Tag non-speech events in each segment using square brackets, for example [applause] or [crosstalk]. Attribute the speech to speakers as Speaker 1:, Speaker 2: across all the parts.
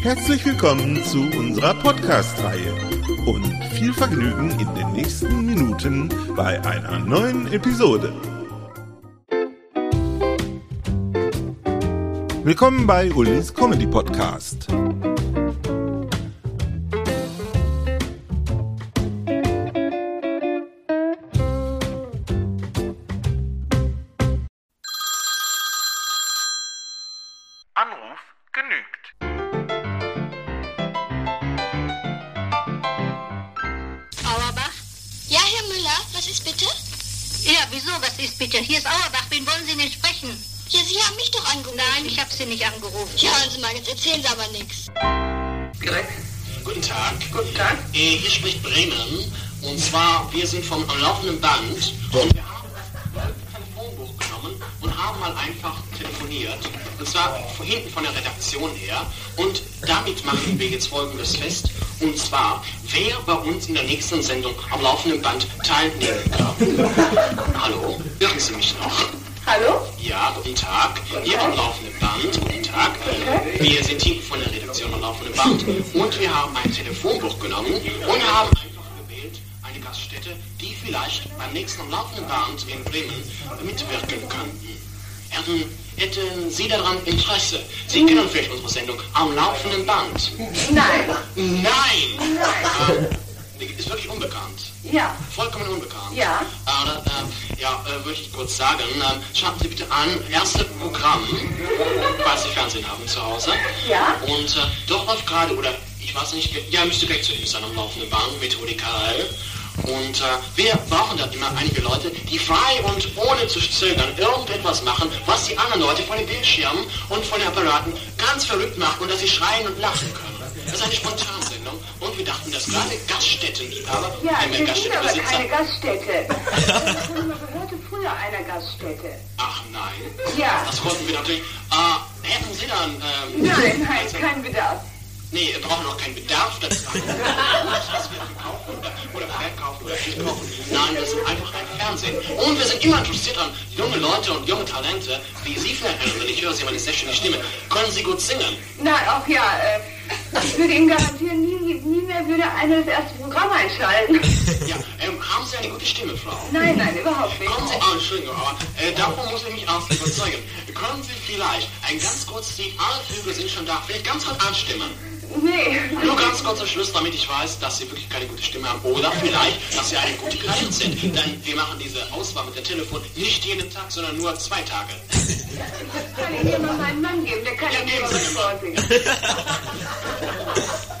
Speaker 1: Herzlich willkommen zu unserer Podcast-Reihe und viel Vergnügen in den nächsten Minuten bei einer neuen Episode. Willkommen bei Ulis Comedy Podcast.
Speaker 2: Anruf genügt.
Speaker 3: Auerbach?
Speaker 4: Ja, Herr Müller, was ist bitte?
Speaker 3: Ja, wieso? Was ist bitte? Hier ist Auerbach. Wen wollen Sie denn sprechen?
Speaker 4: Ja, Sie haben mich doch angerufen.
Speaker 3: Nein, ich habe Sie nicht angerufen.
Speaker 4: Ja, hören Sie mal, jetzt erzählen Sie aber nichts.
Speaker 5: Greg,
Speaker 6: Guten Tag.
Speaker 5: guten Tag.
Speaker 6: Äh, Hier spricht Bremen. Und zwar, wir sind vom laufenden Band. Und wir haben das Telefonbuch genommen und haben mal einfach telefoniert. Und zwar von hinten von der Redaktion her. Und damit machen wir jetzt folgendes fest. Und zwar, wer bei uns in der nächsten Sendung am laufenden Band teilnehmen
Speaker 5: [laughs]
Speaker 6: kann. Hallo, hören Sie mich noch?
Speaker 5: Hallo?
Speaker 6: Ja, guten Tag. Hier am laufenden Band. Guten Tag. Wir sind hier von der Redaktion am laufenden Band. Und wir haben ein Telefonbuch genommen und haben einfach gewählt eine Gaststätte, die vielleicht beim nächsten am laufenden Band in Bremen mitwirken könnten. Hätten, hätten Sie daran Interesse? Sie kennen vielleicht unsere Sendung am laufenden Band.
Speaker 5: Nein.
Speaker 6: Nein! Äh, Ist wirklich unbekannt.
Speaker 5: Ja.
Speaker 6: Vollkommen unbekannt.
Speaker 5: Ja.
Speaker 6: Aber, äh, ja, äh, würde ich kurz sagen, äh, schauen Sie bitte an, erste Programm, falls Sie Fernsehen haben zu Hause.
Speaker 5: Ja.
Speaker 6: Und äh, doch läuft gerade, oder ich weiß nicht, ja, müsste gleich zu ihm sein am laufenden Band mit Rudi Karl. Und äh, wir brauchen da immer einige Leute, die frei und ohne zu zögern irgendetwas machen, was die anderen Leute von den Bildschirmen und von den Apparaten ganz verrückt macht und dass sie schreien und lachen können. Das ist eine Spontansendung und wir dachten, dass gerade Gaststättenliebhaber,
Speaker 5: Ja,
Speaker 6: wenn wir
Speaker 5: wir sind aber
Speaker 6: Gaststättenbesitzer
Speaker 5: keine Gaststätte. Das gehörte früher einer Gaststätte.
Speaker 6: Ach nein.
Speaker 5: Ja.
Speaker 6: Das wollten wir natürlich. Äh, hätten Sie dann. Ähm,
Speaker 5: Nein, nein,
Speaker 6: also,
Speaker 5: kein Bedarf.
Speaker 6: Nee, wir brauchen auch keinen Bedarf dazu. Nicht, dass wir verkaufen oder, oder verkaufen oder nicht kaufen. Nein, wir sind einfach ein Fernsehen. Und wir sind immer interessiert an junge Leute und junge Talente, wie Sie vielleicht hören. Wenn ich höre Sie immer die sehr schöne Stimme. Können Sie gut singen?
Speaker 5: Nein, auch ja. Äh, ich würde Ihnen garantieren, nie, nie mehr würde einer das erste Programm einschalten.
Speaker 6: Ja. Ähm, haben Sie eine gute Stimme, Frau?
Speaker 5: Nein, nein, überhaupt nicht.
Speaker 6: Kommen Sie, oh, Entschuldigung, aber äh, davon muss ich mich auch überzeugen. Können Sie vielleicht ein ganz kurzes Lied, alle Flügel sind schon da, vielleicht ganz kurz anstimmen?
Speaker 5: Nee.
Speaker 6: Nur ganz kurz zum Schluss, damit ich weiß, dass Sie wirklich keine gute Stimme haben oder vielleicht, dass Sie eine gute Kleidung sind. Denn wir machen diese Auswahl mit dem Telefon nicht jeden Tag, sondern nur zwei Tage.
Speaker 5: Ich kann Ihnen hier mal meinen Mann geben, der kann
Speaker 6: Ja,
Speaker 5: Ihnen
Speaker 6: geben
Speaker 5: mal
Speaker 6: Sie
Speaker 5: was
Speaker 6: mir mal.
Speaker 5: vorsingen.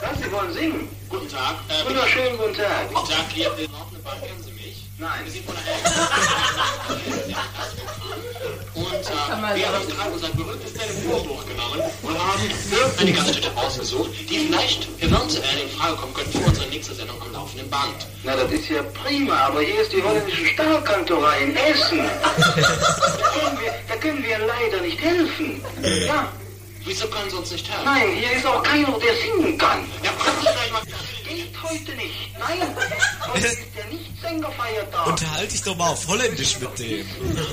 Speaker 7: Was, Sie wollen singen?
Speaker 6: Guten Tag. Äh, bitte-
Speaker 7: Wunderschönen guten Tag.
Speaker 6: guten Tag, hier ist laufende Bahn, kennen Sie mich?
Speaker 7: Nein.
Speaker 6: Wir sind von der Ja, das Programm. Und äh, wir haben gerade unser berühmtes Telefonbuch genommen und haben irgendeine Gaststätte ausgesucht, die vielleicht eventuell in Frage kommen könnte für unsere nächste Sendung am laufenden Band.
Speaker 7: Na, das ist ja prima, aber hier ist die holländische Stahlkantorei in Essen. Da können wir, da können wir leider nicht helfen. Ja,
Speaker 6: Wieso können Sie uns nicht hören?
Speaker 7: nein, hier ist auch keiner, der singen kann.
Speaker 6: Ja, können Sie vielleicht mal...
Speaker 7: Geht heute nicht. Nein, heute ist der Nichtsängerfeiertag.
Speaker 8: Unterhalte dich doch mal auf Holländisch mit dem.
Speaker 6: Das weiß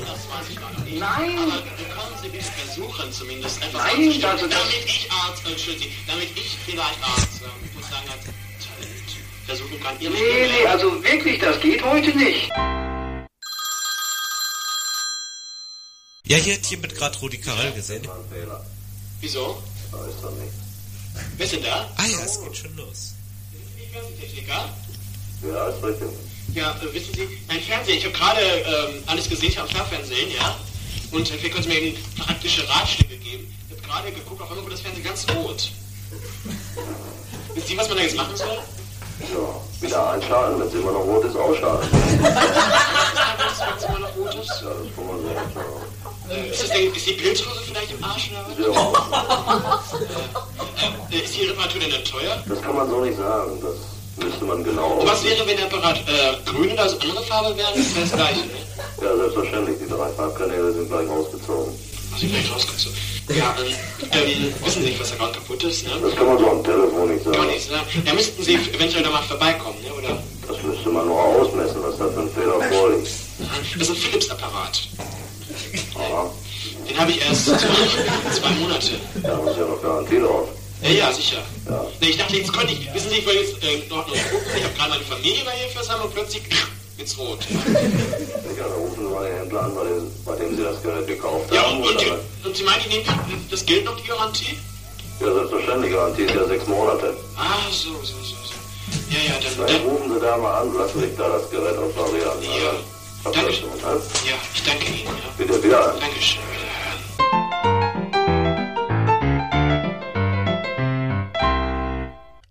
Speaker 6: ich leider nicht.
Speaker 7: Nein.
Speaker 6: Aber können Sie bitte versuchen, zumindest etwas
Speaker 7: Nein,
Speaker 6: anzustellen,
Speaker 7: also das-
Speaker 6: damit ich Arzt, äh, entschuldigen Sie, damit ich vielleicht Arzt, ähm, ich muss sagen, als Talent versuchen kann, Ihre
Speaker 7: Nee, nee,
Speaker 6: Stimme...
Speaker 7: also wirklich, das geht heute nicht.
Speaker 8: Ja, hier hat jemand gerade Rudi Karel gesehen.
Speaker 6: Wieso? Wer ist denn da?
Speaker 8: Ah ja, es geht schon los.
Speaker 6: Ich bin Fernsehtechniker. Ja, äh, wissen Sie, mein Fernsehen, ich habe gerade ähm, alles gesehen, ich habe Fernsehen, ja. Und äh, vielleicht können Sie mir eben praktische Ratschläge geben. Ich habe gerade geguckt, auf einmal wurde das Fernsehen ganz rot. Wissen Sie, was man da jetzt machen soll?
Speaker 9: Ja, wieder einschalten, wenn es immer noch rot ist, ausschalten.
Speaker 6: Wenn es immer noch rot ist?
Speaker 9: Ja, das kann man so.
Speaker 6: Äh, Ist, das denn, ist die Bildröhre vielleicht im Arsch oder Äh, was?
Speaker 9: Ja.
Speaker 6: Farbe?
Speaker 9: Das kann man so nicht sagen. Das müsste man genau.
Speaker 6: Und was wäre, wenn der Apparat äh, grün oder so andere Farbe wäre? Das wäre das gleiche, ne?
Speaker 9: Ja, selbstverständlich. Die drei Farbkanäle sind gleich ausgezogen.
Speaker 6: Also vielleicht rausgezogen. Ja, ähm, ähm, wissen Sie nicht, was da gerade kaputt ist, ne?
Speaker 9: Das kann man so am Telefon nicht
Speaker 6: Gar
Speaker 9: sagen.
Speaker 6: nichts, ne? Da müssten Sie eventuell da mal vorbeikommen, ne? Oder?
Speaker 9: Das müsste man nur ausmessen, was da für ein Fehler vorliegt.
Speaker 6: Das ist ein Philips-Apparat.
Speaker 9: Aha.
Speaker 6: Den habe ich erst [laughs] zwei, zwei Monate.
Speaker 9: Da muss ja noch Garantie drauf.
Speaker 6: Ja, ja, sicher. Nee, ich dachte, jetzt könnte ich, wissen Sie, ich wollte jetzt äh, noch, noch gucken, ich habe gerade meine Familie bei ihr versammelt und plötzlich [laughs] geht's rot.
Speaker 9: Sicher, da rufen Sie mal den Händler an, bei dem, bei dem Sie das Gerät gekauft haben.
Speaker 6: Ja, und, und,
Speaker 9: oder?
Speaker 6: die, und Sie meinen, die nehmen, das gilt noch die Garantie?
Speaker 9: ja selbstverständlich. Garantie ist ja sechs Monate.
Speaker 6: Ah, so, so, so, so. Ja, ja, dann,
Speaker 9: Dann
Speaker 6: dann
Speaker 9: rufen Sie da mal an, lassen sich da das Gerät reparieren.
Speaker 6: Ja.
Speaker 9: Habt ihr das schon getan?
Speaker 6: ja, ich danke Ihnen, ja.
Speaker 9: ne? Bitte wieder.
Speaker 6: Dankeschön, wiederhören.